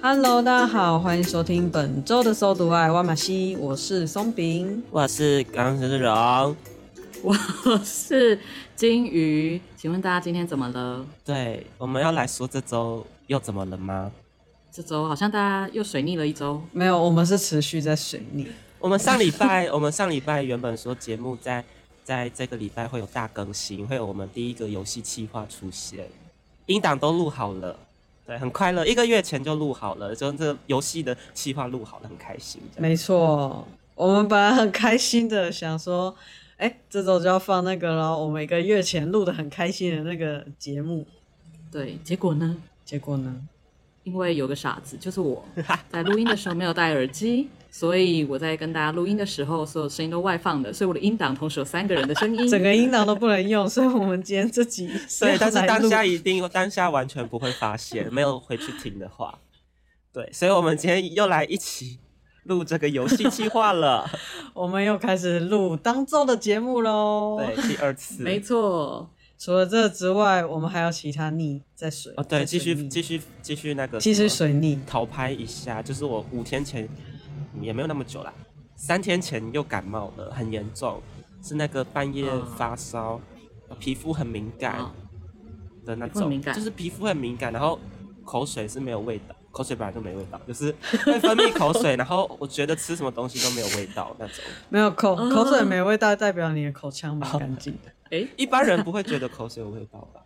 Hello，大家好，欢迎收听本周的《搜读爱挖马西》，我是松饼，我是刚陈志荣。我是金鱼，请问大家今天怎么了？对，我们要来说这周又怎么了吗？这周好像大家又水逆了一周，没有，我们是持续在水逆，我们上礼拜，我们上礼拜原本说节目在在这个礼拜会有大更新，会有我们第一个游戏企划出现，音档都录好了，对，很快乐，一个月前就录好了，就这游戏的企划录好了，很开心。这样没错，我们本来很开心的，想说，哎、这周就要放那个了，我们一个月前录的很开心的那个节目，对，结果呢？结果呢，因为有个傻子，就是我， 在录音的时候没有戴耳机，所以我在跟大家录音的时候，所有声音都外放的，所以我的音档同时有三个人的声音。整个音档都不能用，所以我们今天这集对，但是当下一一定当下完全不会发现，没有回去听的话，对，所以我们今天又来一起录这个游戏计划了，我们又开始录当周的节目喽。对，第二次，没错，除了这之外，我们还有其他逆在水哦，对，在继水续逆继续继续那个继续什么水逆，讨拍一下，就是我五天前也没有那么久啦，三天前又感冒了，很严重，是那个半夜嗯发烧，皮肤很敏感哦的那皮肤很种，敏感就是皮肤很敏感，然后口水是没有味道，口水本来就没味道，就是会分泌口水，然后我觉得吃什么东西都没有味道那种，没有口嗯口水没味道，代表你的口腔蛮干净的。哎，一般人不会觉得口水有味道吧？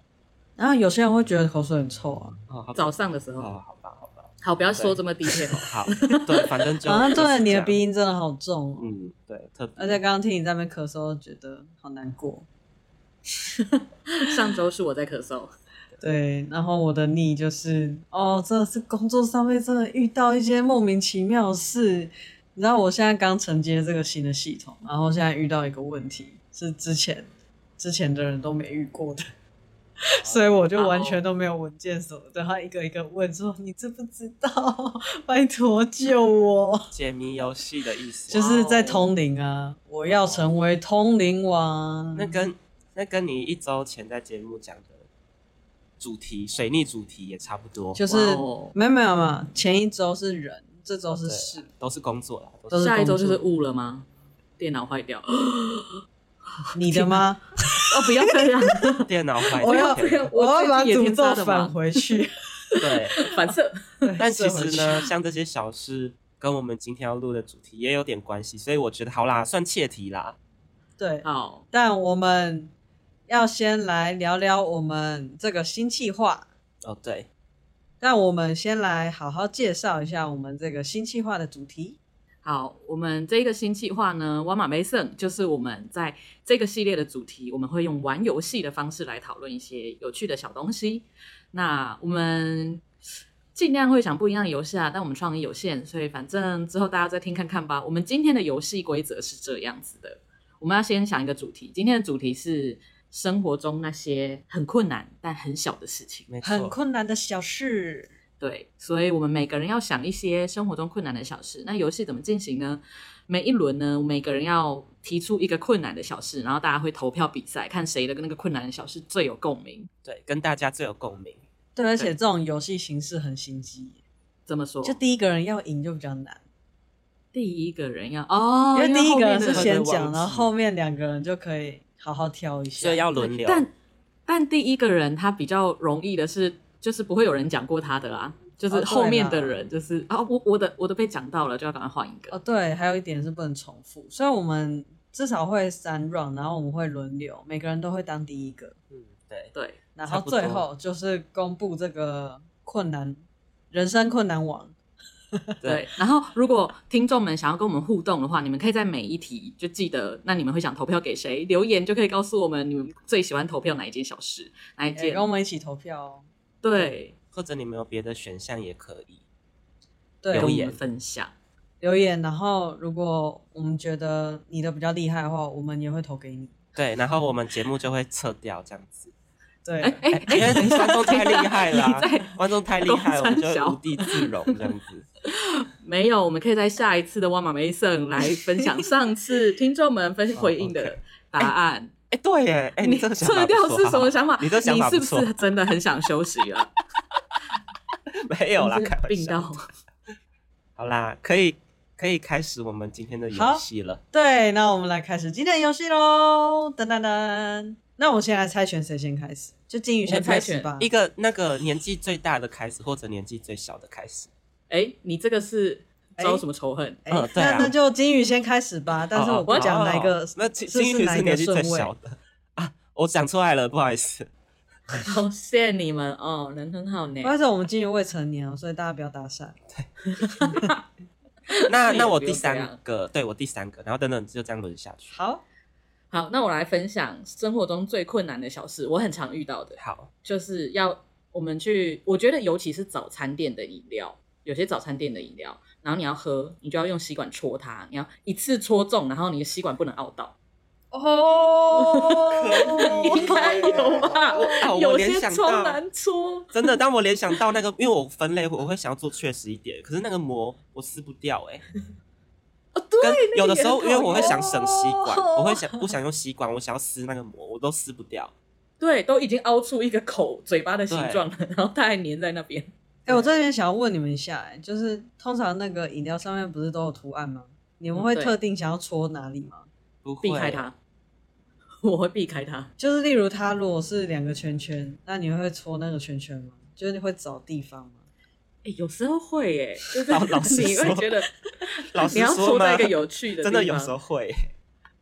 然后有些人会觉得口水很臭啊，哦， 好吧，早上的时候，哦，好吧，好吧，好，不要对说这么 detail，好，对，反 正就啊，对，你就是这的样鼻音真的好重哦。嗯，对，特别而且刚刚听你在那边咳嗽，觉得好难过。 上周是我在咳嗽，对，然后我的逆就是，哦，真的是工作上面真的遇到一些莫名其妙的事。你知道我现在刚承接这个新的系统，然后现在遇到一个问题，是之前之前的人都没遇过的，哦所以我就完全都没有文件什么的，然后一个一个问说：“你知不知道？ 拜托救我！” 解谜游戏的意思，就是在哦通灵啊，我要成为通灵王。那跟那跟你一周前在节目讲的主题水逆主题也差不多，就是哇哦没有没有没有，前一周是人，这周是哦对事，都是工作啦，都都是是下一周工就作是雾了吗？电脑坏掉 了，哦，你的吗？不要 这样，电脑坏我要掉了。我要最近把也诅添加咒的嘛返回 去。 对，反射，但其实呢，像这些小事跟我们今天要录的主题也有点关系，所以我觉得好啦，算切题啦。对，好，但我们要先来聊聊我们这个新计划。哦，对，但我们先来好好介绍一下我们这个新计划的主题。好，我们这一个新计划呢，玩马梅森就是我们在这个系列的主题，我们会用玩游戏的方式来讨论一些有趣的小东西。那我们尽量会想不一样的游戏啊，但我们创意有限，所以反正之后大家再听看看吧。我们今天的游戏规则是这样子的：我们要先想一个主题，今天的主题是生活中那些很困难但很小的事情。没错，很困难的小事，对，所以我们每个人要想一些生活中困难的小事。那游戏怎么进行呢？每一轮呢，每个人要提出一个困难的小事，然后大家会投票比赛，看谁的那个困难的小事最有共鸣。对，跟大家最有共鸣。对，而且这种游戏形式很心机，这么说，就第一个人要赢就比较难。第一个人要哦，因为第一后个面人的是人先会忘讲，记然后后面两个人就可以好好挑一下。所以要轮流，但但第一个人他比较容易的是，就是不会有人讲过他的啊，就是哦后面对的啦人哦哦就是啊、我我的我的被讲到了，就要赶快换一个。哦，对，还有一点是不能重复。所以我们至少会三 round，然后我们会轮流，每个人都会当第一个，嗯，对，对，然差后不多最后就是公布这个困难人生困难王。对，然后如果听众们想要跟我们互动的话，你们可以在每一题就记得，那你们会想投票给谁？留言就可以告诉我们你们最喜欢投票哪一件小事，哪哎一也件。哎跟我们一起投票哦。对，或者你们有别的选项也可以。对，跟留我言们分享。留言，然后如果我们觉得你的比较厉害的话，我们也会投给你。对，然后我们节目就会撤掉这样子，对，哎哎因为哎，等一下观众太厉害了啊 你在，观众太厉 害了，我们就会东山小无地自容这样子。没有，我们可以在下一次的万马梅森来分享 上次听众们分回应哦的，OK 答案。哎，对耶，哎，你这个想撤法不掉错是什么想法？你这个想法是不不错是真的很想休息了？ 没有啦，真是开玩病笑到。 好啦，可以可以开始我们今天的游好戏了。对，那我们来开始今天的游戏喽！噔噔噔，那我先来猜拳，谁先开始？就金鱼我先猜开始拳吧。一个那个年纪最大的开始，或者年纪最小的开始。哎，你这个是哎招什么仇恨？哎嗯对啊那那就金鱼先开始吧，但是哦我不讲哪一个，哦那其是金是鱼哪是一年个纪顺最位小的啊，我讲出来了，不好意思。 好，谢谢你们哦，人很好呢不。好意思，我们金鱼未成年哦，所以大家不要搭讪。那也那我不第用这三样个，对我第三个，然后等等就这样轮下去。 好，好，那我来分享生活中最困难的小事，我很常遇到的，好，就是要我们去，我觉得尤其是早餐店的饮料，有些早餐店的饮料，然后你要喝，你就要用吸管戳它，你要一次戳中，然后你的吸管不能凹到，哦，应该有 吧？哦我有联些想超到难戳，真的，当我联想到那个，因为我分类，我会想要做确实一点，可是那个膜我撕不掉 哎、哦，对跟，那个有的也时候，很因为讨我会厌想省吸管，哦我会想不想用吸管，我想要撕那个膜，我都撕不掉。对，都已经凹出一个口，嘴巴的形状了，然后它还粘在那边。 哎、我这边想要问你们一下、哎，就是通常那个饮料上面不是都有图案吗？你们会嗯对特定想要戳哪里吗？不会避开它， 我会避开它。就是例如它如果是两个圈圈，那你会戳那个圈圈吗？就是你会找地方吗？哎、有时候 会耶、就是老老实你会说觉得老实你要说戳在嘛一个有趣的地真方，的有时候会，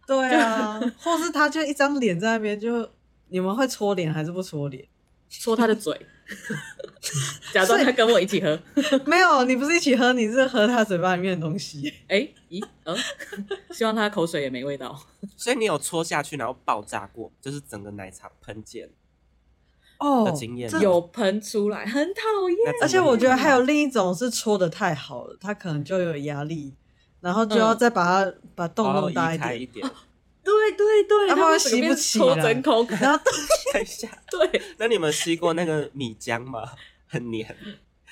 对啊，或是他就一张脸在那边，就你们会戳脸还是不戳脸？戳他的 嘴，假装他跟我一起喝。没有，你不是一起喝，你是喝他嘴巴里面的东西。哎、咦，嗯， 希望他口水也没味道。所以你有戳下去然后爆炸过，就是整个奶茶喷溅。哦的经验这有喷出来，很讨厌。那而且我觉得还有真的另一种是戳的太好了，他可能就有压力，然后就要再把它、把洞哦弄大移一开点，一点。 对对对，然后他他们整吸个不变起戳来真空。然后等一下，对，那你们吸过那个米浆吗？ 很黏，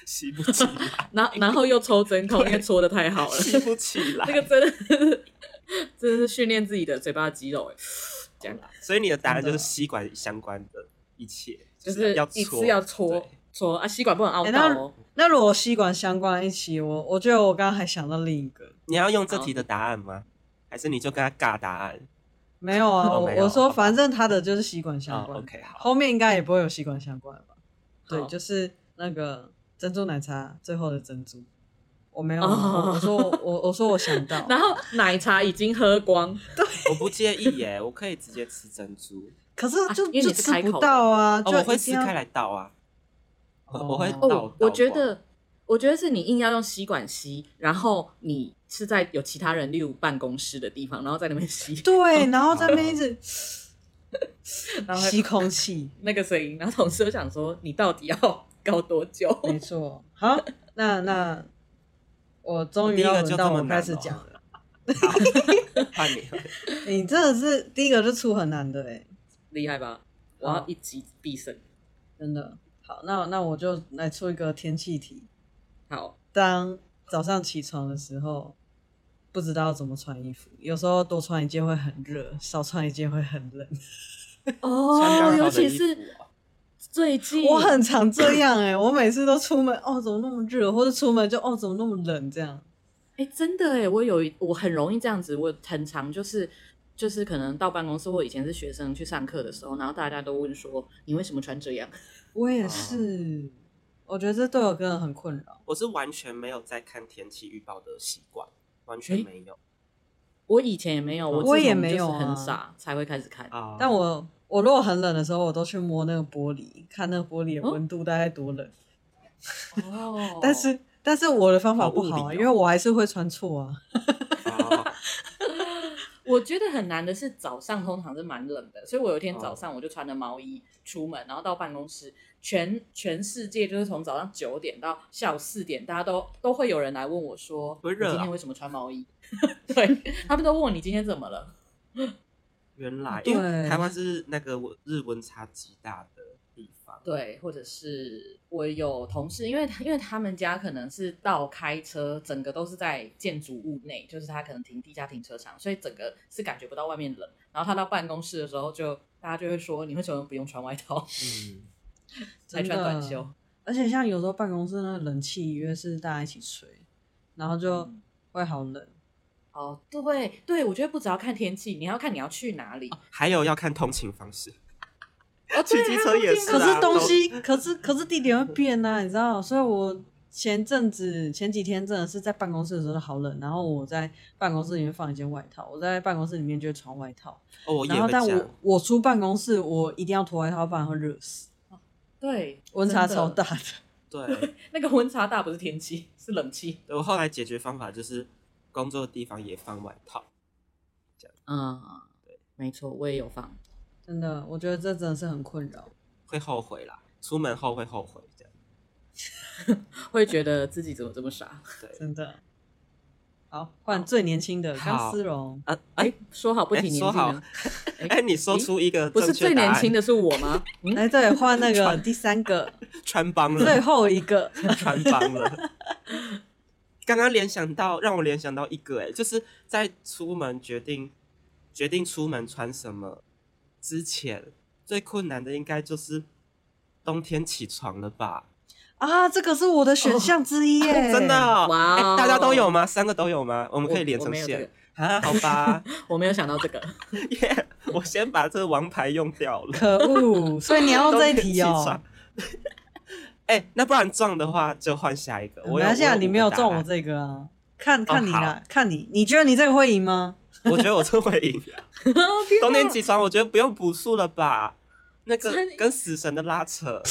吸不起来， 然后然后又抽真空，因为戳的太 好了。吸不起来。 那个真的是，真的是训练自己的嘴巴的肌肉哎，这样所以你的答案就真是的吸管相关的一切，就是要一戳，次要戳对戳啊，吸管不能凹哎到那哦。那如果吸管相关一起，我我觉得我刚刚还想到另一个，你要用这题的答案吗？还是你就跟他尬答案？没有啊，哦我没有我说好吧反正他的就是吸管相哦关、 ，OK，好，后面应该也不会有吸管相关吧？对，好就是那个珍珠奶茶最后的珍珠，我没有， 哦我我说我我我说我想到，然后奶茶已经喝光，我不介意耶，我可以直接吃珍 珠，可是啊就、因为就你是吃开口不的到啊，哦，就我会一撕定要开来倒啊，我我会哦倒。倒我觉光得，我觉得是你硬要用吸管吸，然后你是在有其他人，例如办公室的地方，然后在那边吸，哦对，然后这边一直 然后吸空 气，那个声音，然后同事就想说你到底 要搞多久？没错。好，那那我终于第一要个轮就到这么我开难始哦讲了。换你，你真的是第一个就出很难的哎、厉害吧？嗯我要一击必胜。真的。好，那那我就来出一个天气题。好，当早上起床的时候，不知道怎么穿衣服，有时候多穿一件会很热，少穿一件会很冷。穿刚 哦好的尤其衣服是哦最近我很常这样哎、 我每次都出门哦，怎么那么热，或者出门就哦，怎么那么冷这样。哎、真的哎，我有一我很容易这样子，我很常就是就是可能到办公室或以前是学生去上课的时候，然后大家都问说你为什么穿这样？我也是，啊我觉得这对我个人很困扰。我是完全没有在看天气预报的习惯，完全没有。我以前也没有，我我自也从没就是有啊很傻才会开始看。啊，但我我如果很冷的时候，我都去摸那个玻璃，看那个玻璃的温度大概多冷。哦但是但是我的方法好不物好啊，理因哦为我还是会穿错啊。哦我觉得很难的是早上通常是蛮冷的，所以我有一天嗯早上我就穿着毛衣出门，然后到办公室，全全世界就是从早上九点到下午四点，大家都都会有人来问我说，不会热啊你今天为什么穿毛衣？ 对他们都问我你今天怎么了？原来因为对台湾是那个文日温差极大的地方，对，或者是我有同事，因为他因为他们家可能是到开车，整个都是在建筑物内，就是他可能停地下停车场，所以整个是感觉不到外面冷。然后他到办公室的时候就，大家就会说，你为什么不用穿外套， 嗯，才穿短袖？而且像有时候办公室那个冷气，因为是大家一起吹，然后就会好冷。哦，对对，我觉得不只要看天气，你还要看你要去哪里。还有要看通勤方式，哦，骑对机还有车冬也天是可啊是东都西，可是可是地点会变啊，你知道？所以我前阵子前几天真的是在办公室的时候好冷，然后我在办公室里面放一件外套，我在办公室里面就会穿外套，哦，我然也后会但这样我，我出办公室我一定要脱外套，不然会热死，对，温差真的超大。的。对，那个温差大不是天气，是冷气。对我后来解决方法就是工作的地方也放外套，嗯，没错，我也有放。真的，我觉得这真的是很困扰。会后悔啦，出门后会后悔这样。会觉得自己怎么这么傻？对，真的。好，换最年轻的好张思荣。啊，哎、哎，说 好不提哎年纪说好 呢？哎、你说出一个不是正确最答年案轻的是我吗？嗯，来，对，换 那个第三个，穿帮最了，后一个。 穿帮了。 刚刚联想到，让我联想到一个、哎，就是在出门决定决定出门穿什么之前，最困难的应该就是冬天起床了吧？啊，这个是我的选项之一耶、 真的哦、哇哎哦大家都有吗？三个都有吗？我们可以连我成没有线、啊？好吧，我没有想到这个。耶、我先把这个王牌用掉了。可 恶！所以你要用这一题冬哦天。起床。哎、那不然撞的话就换下一个。我没关系啊，下你没有中我这，这个啊。看看你啦，好看你，你觉得你这个会赢吗？我觉得我是会赢。冬天起床，我觉得不用补数了吧？那个真的跟死神的拉扯，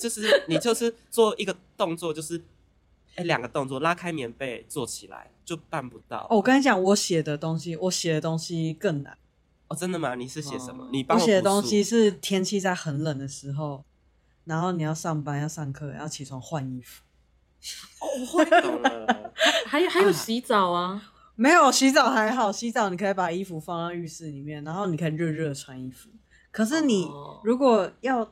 就是你就是做一个动作，就是哎两、个动作，拉开棉被坐起来就办不到。哦，我跟你讲，我写的东西，我写的东西更难。哦真的吗？你是写什么？哦你帮我补写的东数西是天气在很冷的时候，然后你要上班、要上课、要起床换衣服，我会懂了。 还有还有洗澡啊，没有洗澡还好，洗澡你可以把衣服放到浴室里面，然后你可以热热地穿衣服。可是你哦如果要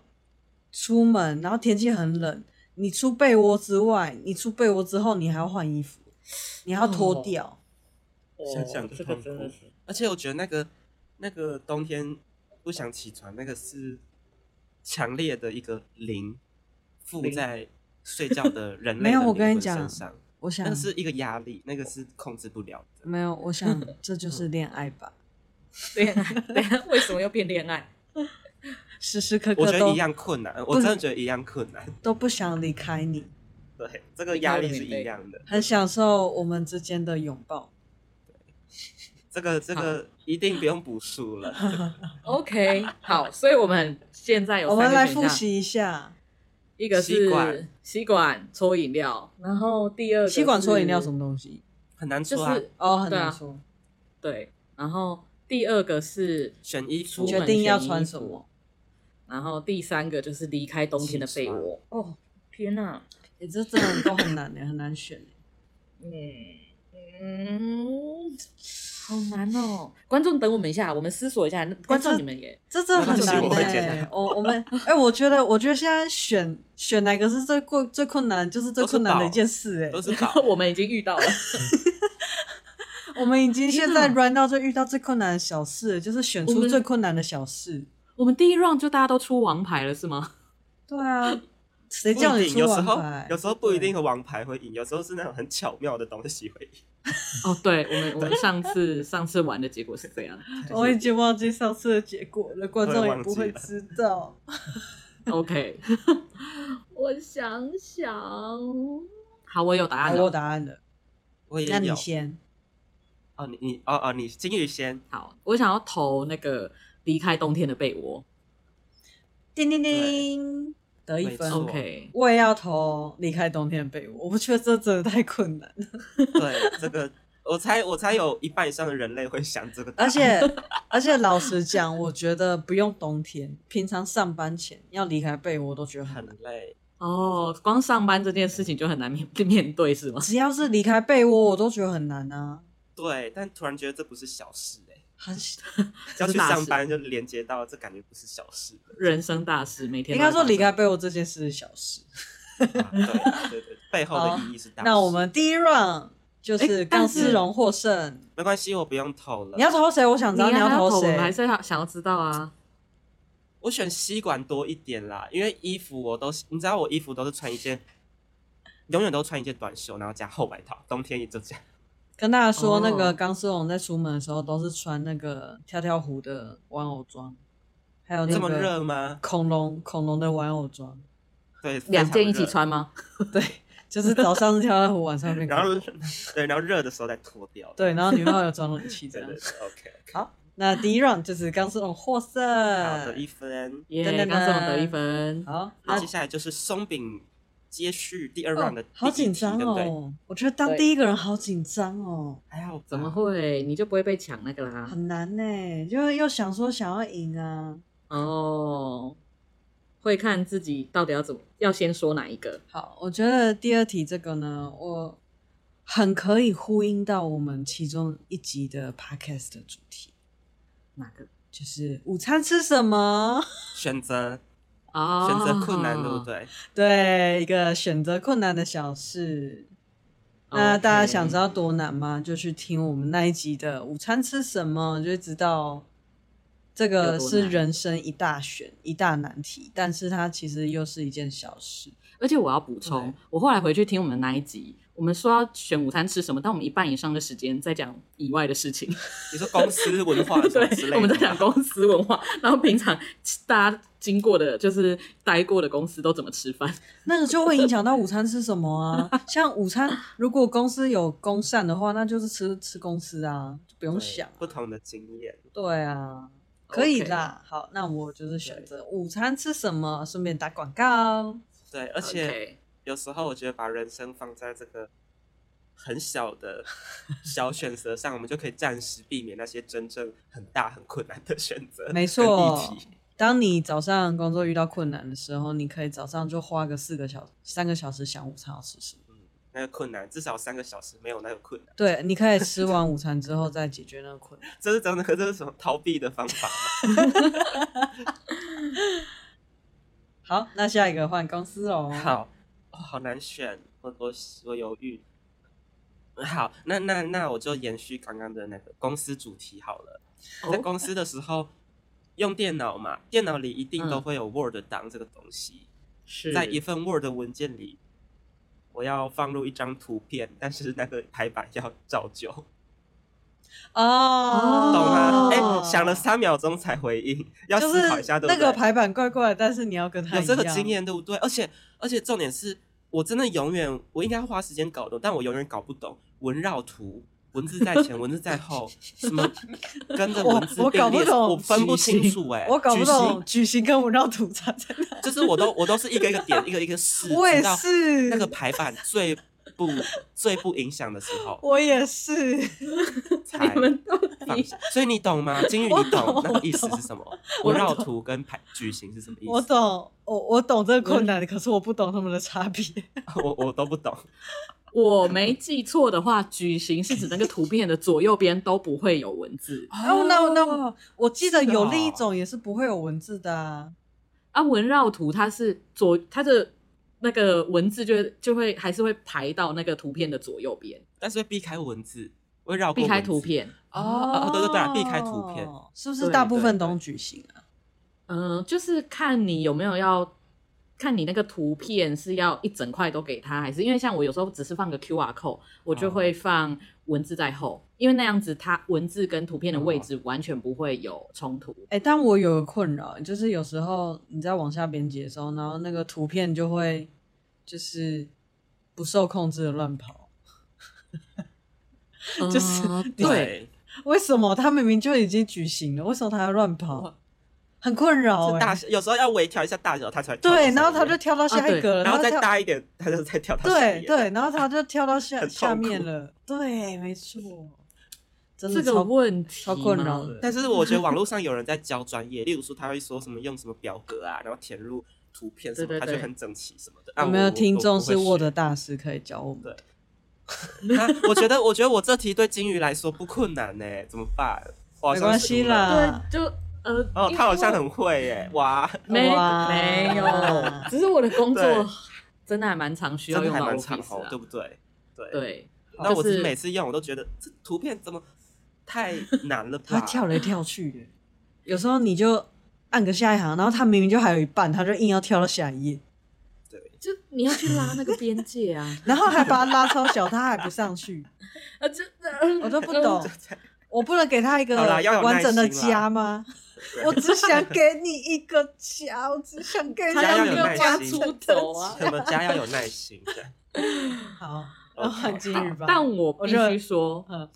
出门，然后天气很冷，你出被窝之外，你出被窝之后你还要换衣服，你还要哦脱掉。想想就这个痛苦真的是而且我觉得那个那个冬天不想起床，那个是强烈的一个零附零在睡觉的人类没有的我跟灵你魂身讲上我那想个是一个压力，那个是控制不了的。没有，我 想这就是恋爱吧，恋爱，等一下为什么又变恋爱？时时刻我刻觉得都一样困难，我不真的觉得一样困难。都不想离开你，对，这个你看压我的力是棉被一样的。很享受我们之间的拥抱。这个这个一定不用补数了。 OK，好，所以我们现在有我们三个来选复项，习一下，一个吸是管吸管搓饮料，然后第二个吸管是搓饮料什么东西？很难就说啊，是哦，很对啊难说，对，然后第二个是选衣出服门决定要选衣穿服什么。然后第三个就是离开冬天的被窝。哦，天哪、也、欸这真的都很难的，欸很难选耶。嗯嗯，好难哦！观众等我们一下，我们思索一下。观众这你们也。这真的很没难关系我会哎、剪啊的我我们哎、我觉得我觉得现在选选哪个是最困最困难，就是最困难的一件事哎、都是 宝 我们已经遇到了，我们已经现在天 run 到最遇到最困难的小事了，就是选我出们最困难的小事。我们第一 round 就大家都出王牌了，是吗？对啊，谁不叫一你定，出有时王候牌？有时候不一定和王牌会赢，有时候是那种很巧妙的东西会赢。 哦，对，我们我们上 次上次玩的结果是这样。对。我已经忘记上次的结果了，观众我也也忘记不会了知道。 OK，我想想，好，我有答啊案我有了。答案了，我也那你有先。哦，你你哦哦，你金宇先，好，我想要投那个离开冬天的被窝。叮叮叮，得一分没。错 OK，我也要投离开冬天的被窝，我觉得这真的太困难了，对这个，我猜我猜有一半以上的人类会想这个而答案，且 而且老实讲，我觉得不用冬天，平常上班前要离开被窝都觉得很很 难。累，哦，光上班这件事情就很难面面对是吗？只要是离开被窝，我都觉得很难啊，对，但突然觉得这不是小事哎、 很要这去是大上事班就连接到，这感觉不是小事了。人生大事，每天应都在该说离开发被窝这件事是小事。啊对啊对对，背后的意义是大事。那我们第一 round 就诶是但钢是丝绒获胜。没关系，我不用投了。你要投谁？我想生。知道你你要投投，我谁们。还是要想要知道啊。我选吸管多一点啦，因为衣服我都是，你知道我衣服都是穿一件，永远都穿一件短袖，然后加厚外套，冬天也就这样。跟大家说，哦那个钢丝绒在出门的时候都是穿那个跳跳虎的玩偶装，还有那这么个热吗？恐龙恐龙的玩偶装。对，两件非常一起热。穿吗？对，就是早上是跳跳虎，晚上变恐 然龙。后对，然后热的时候再脱掉。对，然后女朋友装冷气这对样 对。对，OK。好，那第一 round 就是钢丝绒获胜。好的，一分。耶，噔噔噔刚送我得一分。呃好，那那接下来就是松饼接续第二 round 的哦第好一题紧张对哎不对？哦！我觉得当对第一个人好紧张哦。还好吧怎么会？你就不会被抢那个啦？很难呢、就是又想说想要赢啊。哦，会看自己到底要怎么，要先说哪一个？好，我觉得第二题这个呢，我很可以呼应到我们其中一集的 podcast 的主题，哪个？就是午餐吃什么？选择哦，选择困难，对不？对？对，一个选择困难的小事。那大家 OK 想知道多难吗？就去听我们那一集的午餐吃什么，就会知道这有个多是难人生一大选、一大难题，但是它其实又是一件小事。而且我要补充对，我后来回去听我们那一集，我们说要选午餐吃什么，但我们一半以上的时间在讲以外的事情，你说公 司文 化什么之类的吗，我们在讲公司文化，然后平常大家经过的就是待过的公司都怎么吃饭，那个就会影响到午餐吃什么 啊。像午餐，如果公司有公膳的话，那就是吃吃公司啊，就不用对想啊。不同的经验。对啊，可以 OK 啦。好，那我就是选择午餐吃什么，顺便打广告。对，而且有时候我觉得把人生放在这个很 小的小选择上，我们就可以暂时避免那些真正很大很困难的选择跟没呃议题。错当你早上工作遇到困难的时候，你可以早上就花个四个小时、三个小时想午餐要吃什么。嗯，那个困难至少三个小时没有那个困难，对，你可以吃完午餐之后再解决那个困难。这是真的，这是什么逃避的方法吗？好，那下一个换公司哦。，好、哦好难选，我我我犹豫。好，那那那我就延续刚刚的那个公司主题好了。在哦公司的时候用电脑嘛，电脑里一定都嗯会有 Word 档这个东西，是在一 份 Word 文件里，我要放入一张图片，但是那个排版要照旧，哦，懂吗？哎、哦想了三秒钟才回应，要就思是考一下，对那不对？个排版怪怪的，但是你要跟他有一这个样经。验，对不对？而且而且重点是我真的永远，我应该花时间搞懂，但我永远搞不懂文绕图。文字在前，文字在后，什么 跟着我文字我搞并列不懂我分不清楚哎、我搞不举行懂矩形跟文绕图差在哪。就是我都我都是一个一个点，一个 一个 试，我也直到是那个排版最不最不影响的时候我也是，才你们到放底下。所以你懂吗？金玉，我你懂那我个意思懂是什么？我我绕懂图跟排矩形是什么意我思？ 懂，我我懂这个困嗯难，可是我不懂他们的差别。我我都不懂。 我没记错的话，矩形是指那个图片的左右边都不会有 文字哦，那我那我我记得是有哦另一种也是不会有文字的啊。啊，文绕图它是左它的那个文字就会就会还是会排到那个图片的左右边，但是会避开文字，会绕过避开文字图。片。哦哦对对对啊避开图片，哦是不是对大部对分对都用矩形啊？嗯、就是看你有没有要看你那个图片是要一整块都给它，还是因为像我有时候只是放个 QR code，我就哦会放文字在后，因为那样子它文字跟图哦片的位置完全不会有冲突。哎、但我有个困扰，就是有时候你在往下编辑的时候，然后那个图片就会就是不受控制的乱跑。 就是呃对，对，为什么他明明就已经举行了，为什么他还乱跑？很困扰是哎、大小有时候要微调一下大小，它才跳到对，上然后他面就跳到下一个了，然后再跳大一点，它就再跳到下对一页对，然后他就跳到下很痛苦下面了。对，没错，真这的个超问题超困扰吗的。但是我觉得网络上有人在教专业，例如说他会说什么用什么表格啊，然后填入图片什么，对对他就对很整齐什么的。啊有没有我听众是我 Word 的？大师可以教我们？对 啊我觉得，我觉得我这题对金鱼来说不困难呢、怎么办？我好没像关输系了。啦。对，就呃，啊哦，因他好为像很会耶、哇，没哇没 有，只是我的工作对真的还蛮常需要真的用还到蛮 Office 长哦啊，对不对？对。对，那我就是是每次用，我都觉得这图片怎么太难 了吧？他跳来跳去的，有时候你就按个下一行，然后他明明就还有一半，他就硬要跳到下一页，对，就你要去拉那个边 界啊，然后还把他拉超小，他还不上 去，呃，这我都不懂。嗯我不能给他一个好啦要有完整的耐心啦家吗？对我只想给你一个家，我只想给他家要要你有一没个耐家完心整出的走啊？我们家要有耐心。 对好，然后换金鱼吧。但我啊我必认须说，嗯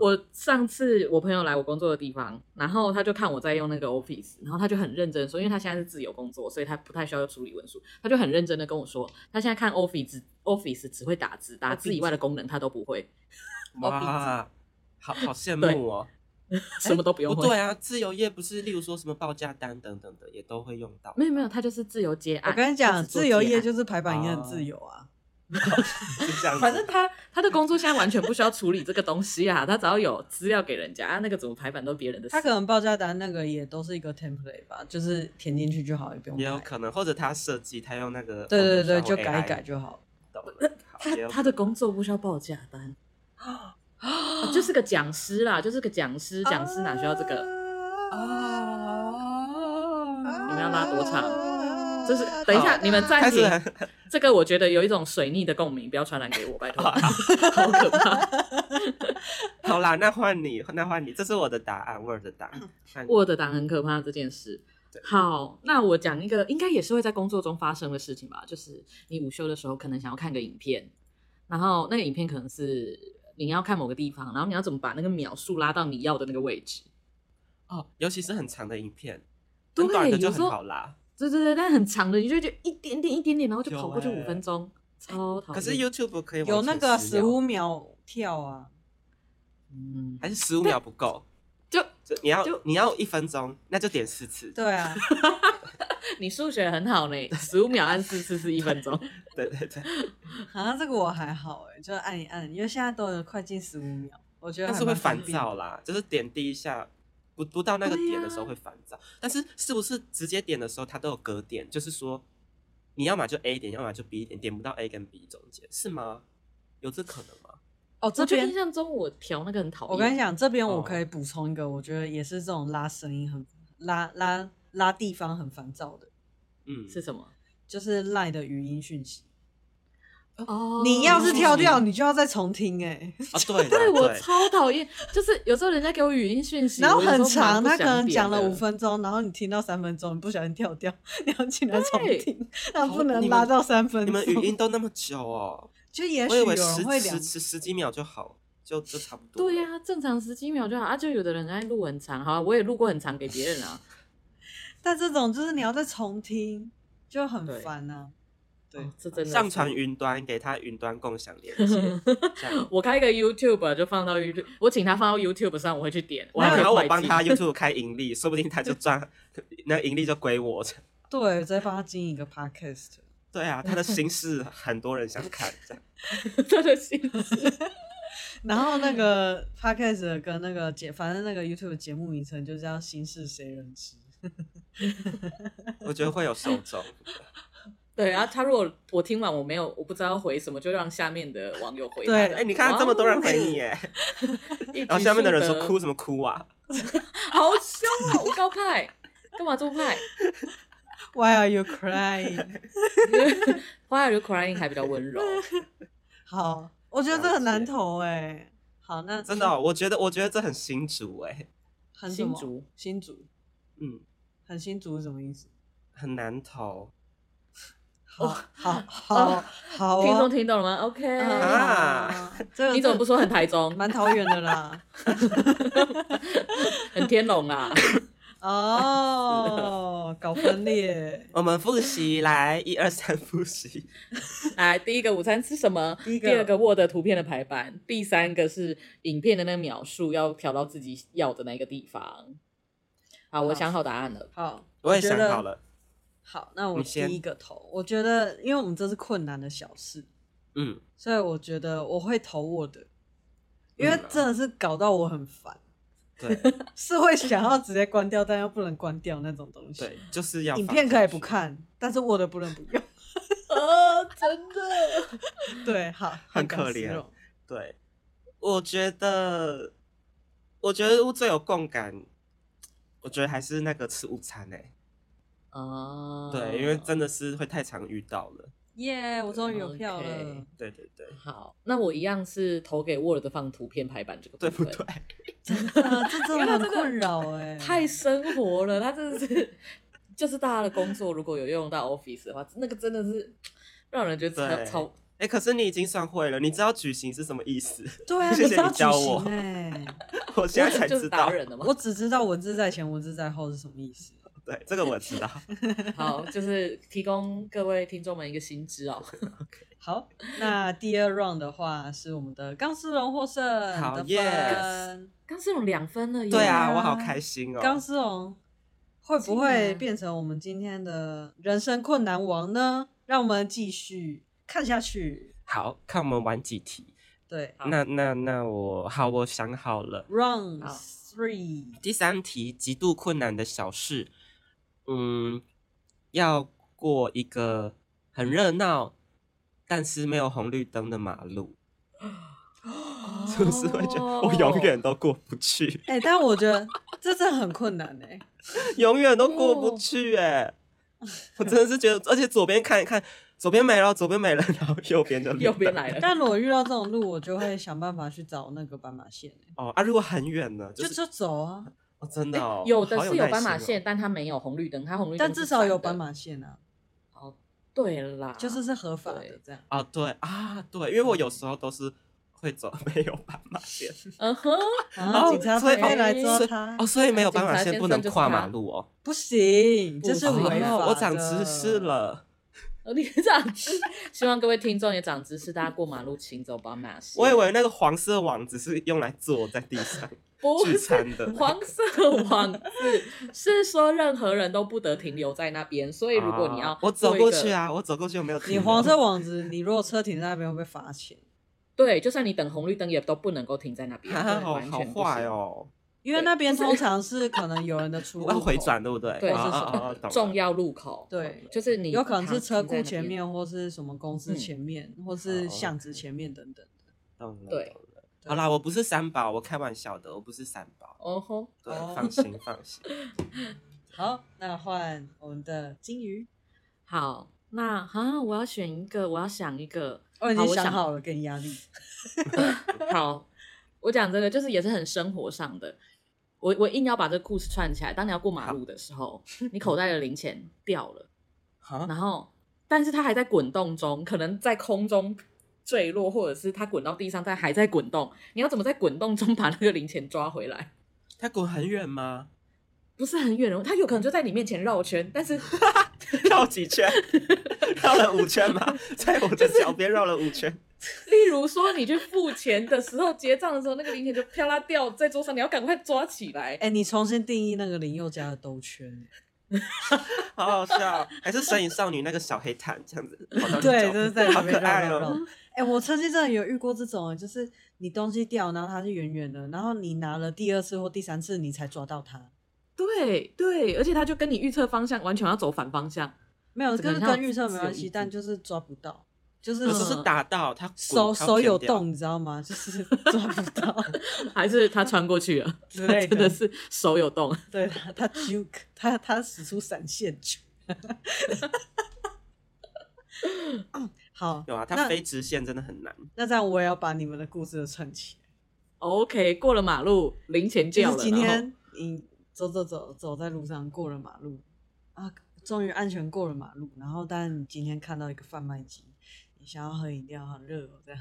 我上次我朋友来我工作的地方，然后他就看我在用那个 Office，然后他就很认真地说，因为他现在是自由工作，所以他不太需要处理文书，他就很认真的跟我说，他现在看 Office Office 只会打字，哦打字以外的功能他都不会，哇，好好 羡慕哦。什么都不用不会。对啊，自由业不是，例如说什么报价单等等的，也都会用到。没有没有，他就是自由接案。我跟你讲，他只做啊自由业接就是排版也很哦自由啊。就这样案子，反正他他的工作现在完全不需要处理这个东西啊， 他只要有资料给人家，啊那个怎么排版都别人的事。他可能报价单那个也都是一个 template 吧，就是填进去就好，也不用也有改。可能，或者他设计，他用那个对对对， Photoshop 就改一 AI 改就好。懂 了好他也有他的工作不需要报价单， 哦就是个讲师啦，就是个讲师，讲师哪需要这个？哦啊你们要拉多长就是啊等一下，你们暂开停始很这个，我觉得有一种水逆的共鸣，不要传染给我，拜 托，好可怕。好啦，那换你，那换你，这是我的答案，我的答嗯案。换你 Word 档很可怕这件事。好，那我讲一个应该也是会在工作中发生的事情吧，就是你午休的时候可能想要看个影片，然后那个影片可能是你要看某个地方，然后你要怎么把那个秒数拉到你要的那个位置。哦，尤其是很长的影片，对很短的就有时候很好啦。对对对，但很长的，你就觉得一点点一点点，然后就有跑过去欸五分钟，超讨厌。可是 YouTube 可以哎有往前那个10秒十五秒跳啊，嗯，还是十五秒不够？就就你要就你要一分钟，那就点四次。对啊，你数学很好呢，十五秒按四次是一分钟。 对对对，好啊像这个我还好哎，就按一按，因为现在都有快进十五秒，我觉得但还是会蛮方烦便的躁啦，就是点第一下不不到那个点的时候会烦躁。但是是不是直接点的时候它都有隔点？就是说你要么就 A 点，要么就 B 点，点不到 A 跟 B 中间，是吗？有这可能吗？哦。 这我就印边象中我调那个很讨厌。我跟你，讲，这边我可以补充一个，我觉得也是这种拉声音很拉拉拉地方很烦躁的，嗯，是什么？就是赖的语音讯息。哦你要是跳跳掉，你就要再重听哎、啊，对啦对我对超讨厌，就是有时候人家给我语音讯息，然后我有时很候蛮长，不他想可能讲了点的五，分钟，然后你听到三分钟，你不小心跳掉， 你要进来重听， 那好不能你们拉到三分你钟。们语音都那么久哦，就 也我许以有为人会十两十，十十几秒就好，就就差不多了。对呀、正常十几秒就好啊。就有的人爱录很长，好、啊，我也录过很长给别 人啊。但这种就是你要再重听，就很对烦啊。对哦，这真的啊上是传云端，给他云端共享 连接，这样 我开一个 YouTube 啊就放到 YouTube，我请他放到 YouTube 上，我会去点。我还然可以后我会计帮 他 YouTube 开盈利，说不定他就赚， 那盈利就归我。对，再帮他经营一个 podcast。对啊，他的心事很多人想看，这样真的是然后那 个 podcast 跟那个节，反正那个 YouTube 节目名称就叫《心事谁人知》。我觉得会有受众。对。然后他如果我听完我没有我不知道回什么，就让下面的网友回答。对哎，你看这么多人回你耶，哦一举然后下面的人数说得哭什么哭啊？好凶啊！我告派，干嘛这么派 Why are you crying？ 花 y o crying 还比较温柔。好，我觉得这很了难解投哎、好，那真的哦，我觉得我觉得这很新主哎， 很什么新竹，新竹，嗯，很新竹是什么意思？很难投。好好好好听众啊，听懂了吗？OK，、啊这个你怎么不说很台这中，蛮桃园的 啦？很天龙啊？哦，搞分裂，我们复习来，一二三，复习。来，第一个午餐吃什么？第一个二个 Word 图片的排版，第三个是影片的那个描述，要调到自己要的那个地方。好，我好想好答案了。 好，我也觉想得好。了，好，那我你先第一个投，我觉得因为我们这是困难的小事，嗯，所以我觉得我会投我的，因为嗯真的是搞到我很烦，对是会想要直接关掉，但又不能关掉那种东西。对，就是要影放片可以上不去，看，但是我的不能不用。哦，真的。对，好，很搞可丝怜绒对，我觉得，我觉得最有共感，我觉得还是那个吃午餐诶、 哦，对，因为真的是会太常遇到了。耶我终于有票了 OK，对对对，好，那我一样是投给 Word 放图片排版这个部对分，不对？啊这 真的很困扰哎，太生活了，它真的是， 就是大家的工作如果有用到 Office 的话，那个真的是让人觉得对超超哎、可是你已经算会了，你知道矩形是什么意思？对啊，谢谢知道你教举我行哎，我现在才就是知达道。人了嘛。 我只知道文字在前，文字在后是什么意思。对，这个我知道。好，就是提供各位听众们一个新知 哦。好，那第二 round 的话是我们的钢丝绒获胜好的分。刚是有两分了耶，对对啊，啊我好开心哦。钢丝绒会不竟会然变成我们今天的人生困难王呢？让我们继续看下去。好看我们玩几题。对好那那那我好，我想好了。 ，round 好 three，第三题，极度困难的小事，嗯，要过一个很热闹，但是没有红绿灯的马路， 哦是不是会觉得我永远都过不去，哎、但我觉得这真的很困难哎、哦永远都过不去、欸？哎，我真的是觉得，而且左边看一看，左边没了，左边没了，然后右边就绿 右边灯来了？但如果遇到这种路，我就会想办法去找那个斑马线、欸，哦啊，如果很远呢，就是就走啊。哦，真的哦，有好的是有耐斑马心哦线，，但它没有红绿灯，它红绿灯但是至少有闪的斑。马线啊，哦，对啦，就是是合法的对这样。啊，对啊，对，因为我有时候都是会走 没有斑马线，嗯哼， 啊，警察所以才可以来抓所以啊他哦，，所以没有斑马警察先线生不能就是跨他马路哦。不行，这是不行违法的。我长知识了，你长知，希望各位听众也长知识，大家过马路请走斑马线。我以为那个黄色网只是用来坐在地上 不聚是餐的。黄色网字，是说任何人都不得停留在那边，所以如果你要、啊我走过去，啊，我走过去有没有停你留？黄色网子，你如果车停在那边会被罚钱，对，就算你等红绿灯也都不能够停在那边，啊， 好完好全不坏行。哦！因为那边通常是可能有人的 出入我口要回，转，对不对？对啊是啊是啊啊懂了重要路口，对就是你有可能是车库停在那边前，面哦或是什么公嗯司前面，或哦是巷子前面等等的。懂了，对懂了。好啦，我不是三宝，我开玩笑的，我不是三宝。哦吼。对哦，放心放心。好，那换我们的金鱼，好，那啊，我要选一个，我要想一个。我哦已好经我想想好了，给你压力。好，我讲这个就是也是很生活上的。我我硬要把这个故事串起来。当你要过马路的时 候，你口袋的零钱掉了，啊然后但是它还在滚动中，可能在空中坠落，或者是它滚到地上，但还在滚动。你要怎么在滚动中把那个零钱抓回来？他滚很远 吗？不是很远哦，它有可能就在你面前绕圈，但 是绕几圈？绕了五圈吗？在我的脚边绕了五圈。例如说，你去付钱的时候，结账的时候，那个零钱就啪啦掉在桌上，你要赶快抓起 来。哎，你重新定义那个林宥嘉的兜圈，。好好笑，哦还是《神隐少女》那个小黑炭这样子 对，就对是在好旁可边绕爱绕绕哦。。哎、我曾经真的有遇过这种，欸就是你东西掉，然后它是圆圆的，然后你拿了第二次或第三次，你才抓到它。对对，而且他就跟你预测方向完全要走反方向，没有，这个跟很像跟预测没自由关意系，志但就是抓不到，就是嗯可是是打到他手手有，洞，你知道吗？ 就是抓不 到 还是他穿过去了，之类 真的是手有洞。对他他 juke，他他使出闪现 嗯好，有啊，那他飞直线真的很难。那这样我也要把你们的故事都串起来。 OK，过了马路，零钱就掉是了。今然后天你走走走走在路上过了马路啊，终于安全过了马路，然后但你今天看到一个贩卖机，你想要喝饮料，很热哦，这样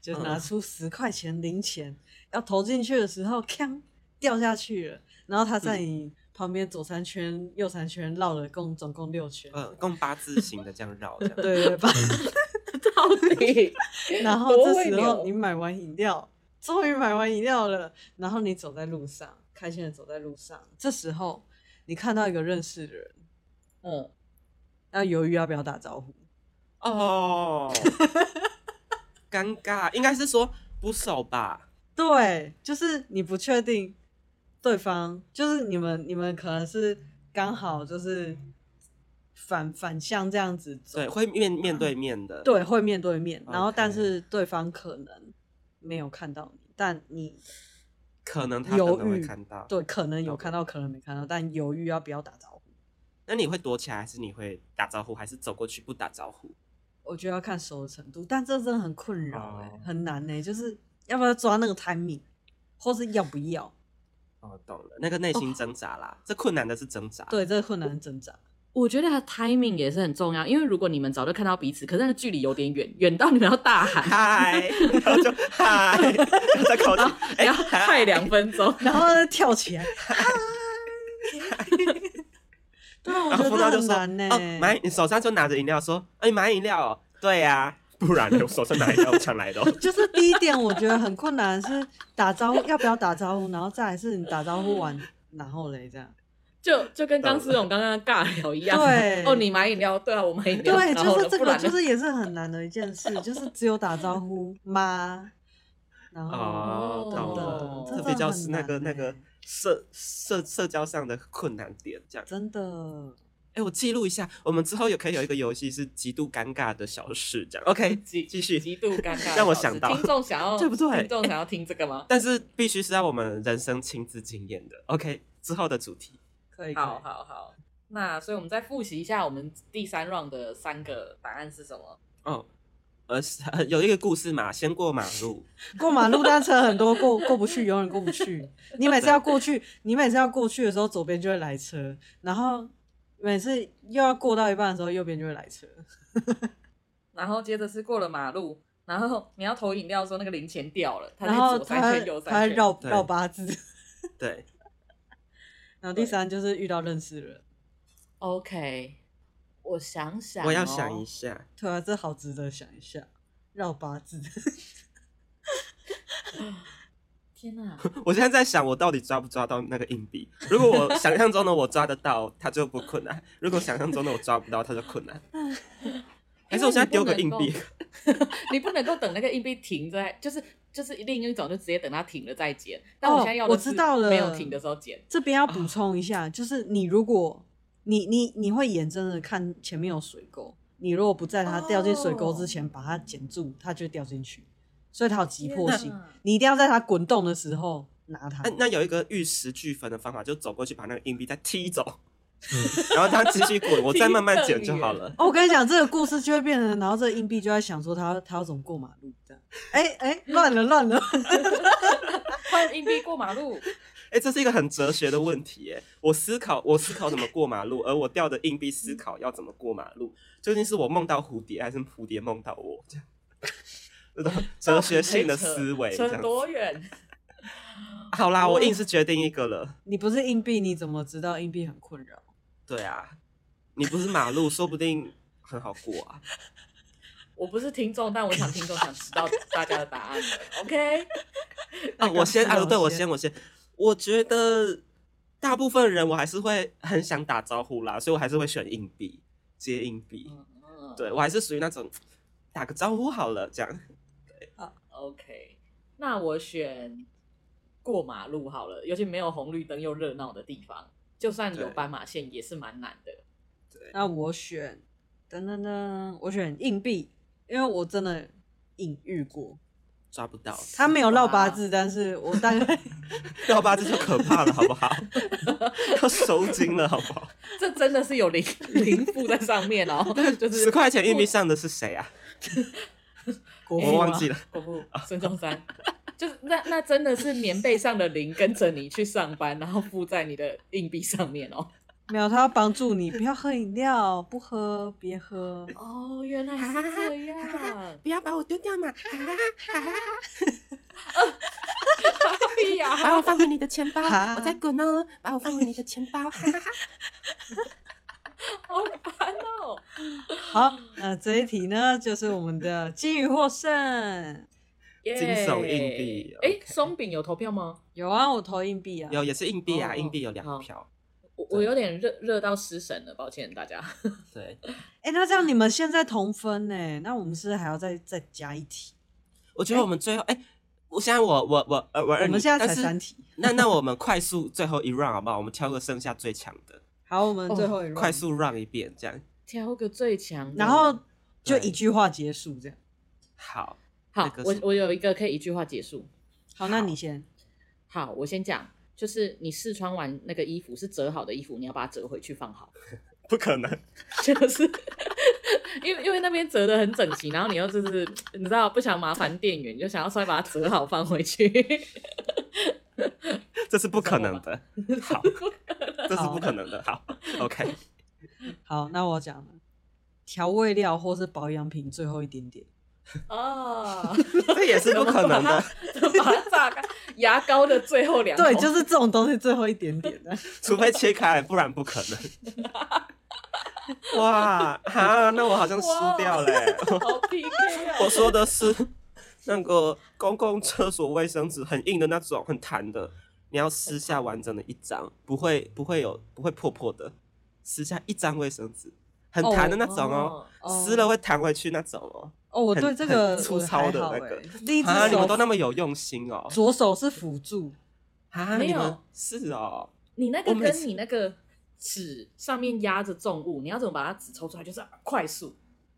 就拿出十块钱零钱，要投进去的时候，锵掉下去了，然后他在你旁边左三圈、右三圈绕了共总共六圈，嗯，共八字形的这样绕，这样 对对对吧？ 到底 然后这多会时聊候你买完饮料，终于买完饮料了，然后你走在路上，开心的走在路上，这时候你看到一个认识的人，嗯，要犹豫要不要打招呼。哦，尴尬，应该是说不熟吧？对，就是你不确定对方，就是你们你们可能是刚好就是反反向这样子走，对，会面面对面的，，对，会面对面，然后 OK 但是对方可能没有看到你，但你可能他可犹能会豫看到。对可能有了解看到，可能没看到，但犹豫要不要打招呼，那你会躲起来，还是你会打招呼，还是走过去不打招呼？我觉得要看熟的程度，但这真的很困扰哎、哦很难哎、就是要不要抓那个 timing，或是要不要，哦，懂了，那个内心挣扎啦，这困难的是挣扎。，对，这个困难挣扎。我觉得 timing 也是很重要，因为如果你们早就看到彼此，可是那个距离有点远，远到你们要 大 喊，嗨，然后就嗨，然后再口罩，哎，要快两分钟。 然后呢跳起来，嗨对啊，我然觉后得风到这就很说：“难呢、哦，买，你手上就拿着饮料，说，哎，买饮料哦，对呀，不然呢，我手上拿饮料，我抢来的哦。 就是第一点，我觉得很困难是打招呼，要不要打招呼，然后再来是你打招呼完，然后嘞这样，就就跟刚思勇刚刚尬聊一样，对 哦，你买饮料，对啊，我买饮料，对，然后就呢是这不个，然呢就是也是很难的一件事，就是只有打招呼吗？然后哦，懂哦了，这真这的比较是很那个难那个欸社社社交上的困难点，这样。真的哎，我记录一下，我们之后也可以有一个游戏是极度尴尬的小事，这样。OK，继继续。极度尴尬的小事，让我想到听众 想要对不对听众想要听这个吗？但是必须是在我们人生亲自经验的。OK，之后的主题，可以，好可以好好，那所以我们再复习一下我们第三 round 的三个答案是什么？哦，呃，是呃有一个故事嘛，先过马路，过马路单车很 多过过不去，永远过不去。你每次要过去，你每次要过去的时候，左边就会来车，然嗯后每次又要过到一半的时候，右边就会来车。然后接着是过了马路，然后你要投饮料的时候，那个零钱掉了，他然在后左他三圈会右他三会圈，绕对绕八 字。对，然后第三就是遇到认识的人， OK，我想想、哦我要想一。下，对啊，这好值得想一下。绕八字，天哪！我现在在想我到底抓不抓到那个硬币。如果我想象中的我抓得到，它就不困难；如果想象中的我抓不到，它就困难。 还是我现在丢个硬币， 你不能够等那个硬币停在，就是就是另一种，就直接等它停了再捡。但哦我现在要的我是知道了没有停的时候捡。这边要补充一啊下，就是你如果你你你会眼睁睁地看前面有水沟，你如果不在它掉进水沟之前把它捡住，它就会掉进去，所以它有急迫性天哪，哎你一定要在它滚动的时候拿它那。那有一个玉石俱焚的方法，就走过去把那个硬币再踢走， 然后它继续滚，我再慢慢捡就好了。哦，我跟你讲，这个故事就会变成，然后这个硬币就在想说他他要怎么过马路这样。 哎哎，乱了乱了， 换硬币过马路，哎、这是一个很哲学的问题哎。我思考，我思考怎么过马路，而我掉的硬币思考要怎么过马路，究竟是我梦到蝴蝶，还是蝴蝶梦到我？这样，这种 哲学性的思 维这扯样子。多远？好啦，我硬是决定一个了。你不是硬币，你怎么知道硬币很困扰？对啊， 你不是马路，说不定很好过啊。我不是听众，但我想听众想知道大家的答案 了。OK，啊，我先那啊，个对我先先我先，我觉得大部分人我还是会很想打招呼啦，所以我还是会选硬币，接硬币。嗯嗯，对我还是属于那种打个招呼好了这样。 ，OK，那我选过马路好了，尤其没有红绿灯又热闹的地方，就算有对斑马线也是蛮难的。那我选，噔噔噔，我选硬币，因为我真的隐喻过，抓不 到，他没有绕八字，但是我大概要八字就可怕了，好不好？ 要收紧了，好不好？这真的是有零 零负在上 面哦，就是十块钱硬币上的是谁啊？ 国我父啊忘记了。，国父孙中山，就是那那真的是棉被上的零跟着你去上班，然后附在你的硬币上面哦。没有，他要帮助你，不要喝饮料，不喝，别喝。哦，原来是这样不要把我丢掉嘛！对呀、 把我放回你的钱包，啊我在滚哦！把我放回你的钱包，哈哈哈好烦哦。好，那这一题呢，就是我们的金鱼获胜。耶惊悚硬币哎， OK 松饼有投票吗？有啊，我投硬币啊。有也是硬币哦啊，硬币有两好票。我我有点热热到失神了，抱歉大家。对，哎、那这样你们现在同分呢？那我们是不是还要再再加一题？我觉得我们最后，哎，我现在我我我呃我二我你，们现在才但是三题。那那我们快速最后一 round 好不好？我们挑个剩下最强的，好，我们最后一轮、快。速 round 一遍，这样挑个最强的，然后就对一句话结束这样。好。好那个，我是我有一个可以一句话结束。好，那你先。好，我先讲，就是你试穿完那个衣服是折好的衣服，你要把它折回去放好，不可能，就是因为因为那边折的很整齐，然后你又就是你知道不想麻烦店员，你就想要稍微把它折好放回去。这是不可能 的。好，这是不可能的。好，OK， 好，那我讲了，调味料或是保养品最后一点点。哦，这也是不可能的。把它榨干，牙膏的最后两对，口就是这种东西最后一点点的。除非切开来，不然不可能。 哇，哈，那我好像输掉嘞、好 PK 啊 我说的是那个公共厕所卫生纸，很硬的那种，很弹的，你要撕下完整的一张，不会不会有不会破破的，撕下一张卫生纸，很弹的那种哦，撕了会弹回去那种哦。哦，我对很这个很粗我糙的还好那个欸另一只啊，你手们都那么有用心哦。左手是辅助，啊，没你有们是哦。你那个我每跟次你那个纸上面压着重物，你要怎么把它纸抽出来？就是快速。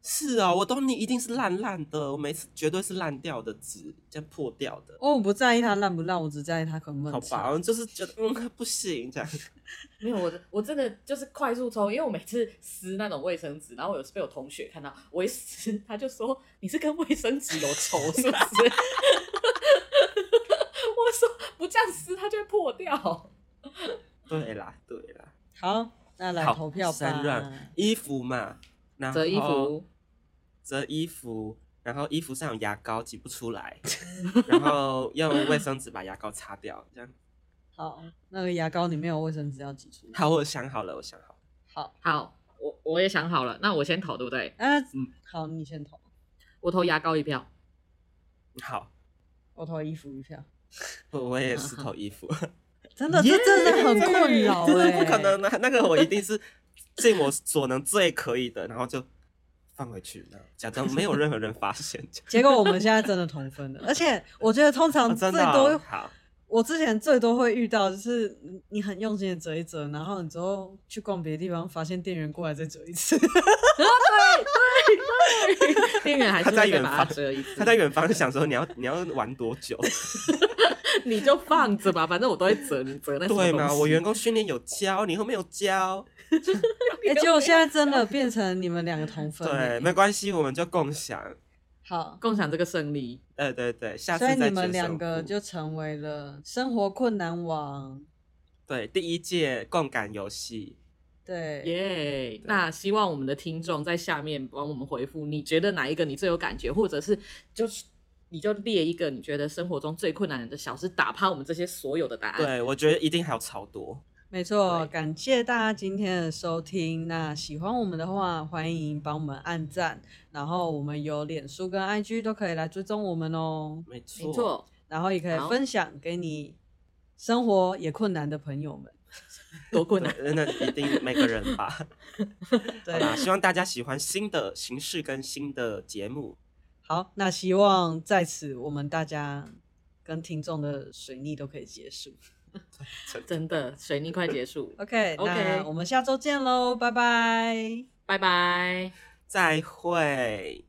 是哦，我懂你一定是烂烂的，我每次绝对是烂掉的纸，这样破掉的。哦，我不在意它烂不烂，我只在意它可不可好能吃。吧，我就是觉得嗯不行 这样。没有，我的我真的就是快速抽，因为我每次撕那种卫生纸，然后我有被我同学看到，我一撕，他就说你是跟卫生纸有仇是不是？ 我说不这样撕，它就会破掉。对啦，对啦，好，那来好投票吧三 round。衣服嘛，然后折衣服，折衣服，然后衣服上有牙膏挤不出来， 然后用卫生纸把牙膏擦掉，这样。好，那个牙膏里面有卫生纸要挤出来。好，我想好了，我想好了，好，好，我我也想好了，那我先投对不对？那、嗯啊好，你先投，我投牙膏一票。 哦好，我投衣服一票。我我也 是投衣服，真的，这真的很困扰、欸， 真的不可能的、那个我一定是 尽我所能最可以的，然后就放回去，然后假装没有任何人发 现，这样结果我们现在真的同分了，而且我觉得通常哦嗯最真多、的哦好我之前最多会遇到就是你你很用心的折一折，然后你之后去逛别的地方，发现店员过来再折一次。店员还是他在会再远把它方折一次他，在远方想说你要你要玩多 久？你就放着吧，反正我都会折，你折那什么对嘛？东西 我员工训练有教，你后面有教， 哎、结果现在真的变成你们两个同分了。对，没关系，我们就共享。好， 共享这个胜利。对对对，下次所以再嗯你决们胜两负个就成为了生活困难王。对第一届共感游戏，对耶那希望我们的听众在下面帮我们回复，你觉得哪一个你最有感觉，或者是就是你就列一个你觉得生活中最困难的小事，打趴我们这些所有的啊答案。，对我觉得一定还有超多。没错，对感谢大家今天的收听。那喜欢我们的话，欢迎帮我们按赞，然后我们有脸书跟 IG 都可以来追踪我们哦，没错，没错，然后也可好以分享给你生活也困难的朋友们。多困难。对，那一定每个人吧。好对，啦，希望大家喜欢新的形式跟新的节目。好，那希望在此我们大家跟听众的水逆都可以结束。 真的，水逆快结束， OK，, OK 那我们下周见喽，拜拜。拜拜。再会。